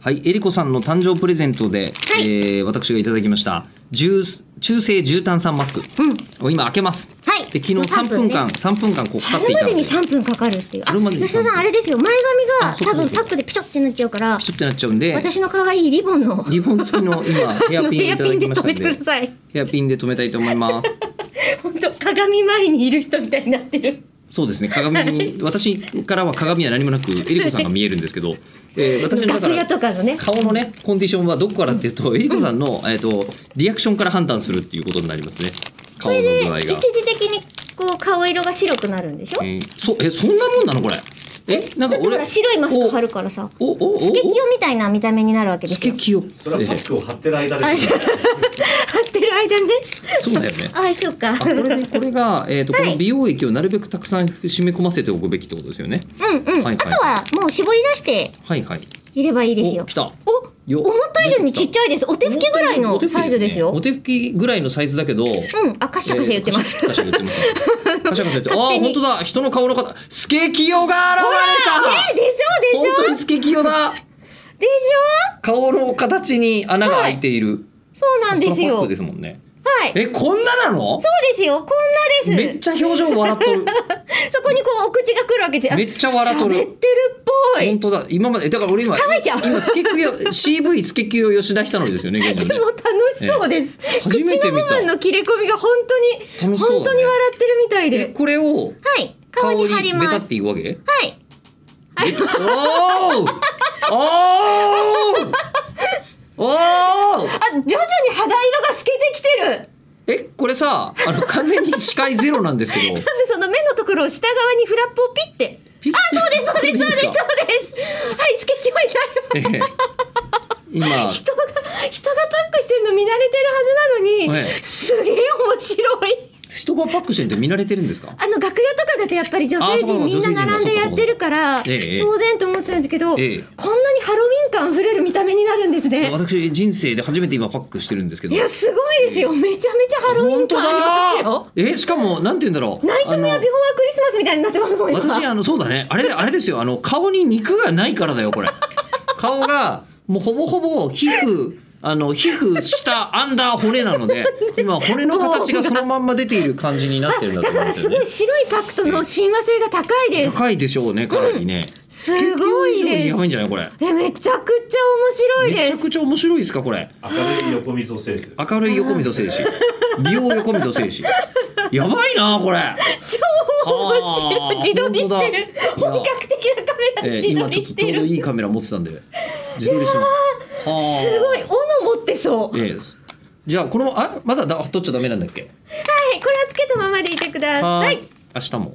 はい、えりこさんの誕生プレゼントで、はいえー私がいただきました重中性絨毯酸マスクを今開けます、はいで昨日もう3 3分分間、ね3分間こうかかっ春ていまたのでにでちょ3分かかるっていう。あ、春までに吉田さ3分んあれですよ。前あ髪がそうそう多そう分パックでピチョってなっちゃうから、っとなっちゃうんで私の可愛いリボンのリボン付きの今ヘアピンをいただきましたんヘアピンで止めてくだでさい。ヘアピンで止めたいと思います本当鏡前にいる人みたいになってる。そうですね鏡に私からは鏡は何もなくえりこさんが見えるんですけど、えー私のだか楽屋らとかのね。顔のねコンディションはどこからっていうとえりこさんの、えー、とリアクションから判断するっていうことになりますね顔の具合一が時的にこう顔色が白くなるんでしょ。うんそえそんなもんなのこれえなんかだってほ俺ら白いマスク貼るからさ、おおおおおスケキヨみたいな見た目になるわけでスすよケ。キヨそれはパックを貼ってる間です ね。貼ってる間ね。そうだよねあ、そうか。あこれ ねこれがえっ、と、はいこの美容液をなるべくたくさん染み込ませておくべきってことですよねうんうはいん、はいあとはもう絞り出してはいはいいればいいですよお。来たお、よ思った以上にちっちゃいです。お手拭きぐらいのサイズですよお。手拭きぐらいのサイズだけどうん、あ、カシャカシャ言ってます。えーカシャカシャ言ってますカシャカシャ言ってああ 勝手本に当だ人の顔の方スケキヨが現え、れでしょたでし本ょ当にスケキヨだでしょ顔の形に穴が開いている、そうなんですそのパッよ。はクい。ですそもんねうえこんななのですよ。こんなめっです。ちゃ表情笑っと るそこにこうお口が来るわけじゃん。めっちゃ笑っとる喋ってるっぽい。本当だ今までだから俺今乾いちゃう今スケキヨ CV スケキヨ吉田久典ですよね現状でねも楽しそうです。え初めて口見のた部分の切れ込みが本当楽に、しそうだね本当に笑ってるみたいでで。これをはい。顔に顔にベ貼りタまっす。ていうわけはい。ベタおーおーおーあ、徐々に肌色が透けてきてる。えこれさあの完全に視界ゼロなんですけど多分その目のところを下側にフラップをピッて。ピッてあ、そうです、そうです、そうです、いいんそうでです。はい、スケキョイになる。ええ今人が、人がパックしてんの見慣れてるはずなのえにえ、すげえ面白い。人がパックしてるって見慣れてるんですかあの楽屋とかだとやっぱり女あそ性うかも陣みんな女性陣は並んでやってるから、そうかそうかええ当然と思ってたんですけど、ええこんなにハロウィン感溢れる見た目になるんですね。私人生で初めて今パックしてるんですけどいや、すごいですよ。めちゃめちゃハロウィン本当感だありますよ。えしかもなんて言うんだろうナイトメあアのビフォーアクリスマスみたいになってますもん、今。私あのそうだねあれあれですよあの顔に肉がないからだよこ れ顔がもうほぼほぼ皮膚あの皮膚下アンダー骨なので今骨の形がそのまんま出ている感じになってるんだとだ思うんでからすすよごねい白いパックとの親和性が高いです。高いでしょうねかなりね、すごい結局以上にでやすば。いんじゃないこれえ、めちゃくちゃ面白いめちでゃす。くちゃ面白いですかこれ明るい横溝選手です。明るい横溝誠司美容横溝誠司やばいなこれ超面白い。 自撮りしてる。本当だ本格的なカメラえでー自撮今ちりょっとしちょてうどる。いいカメラ持ってたんで自撮りしてますはあすごい、斧持ってそう。はい、ええじゃあこのあまだだ取っちゃダメなんだっけこれはつけたままでいてください。明日も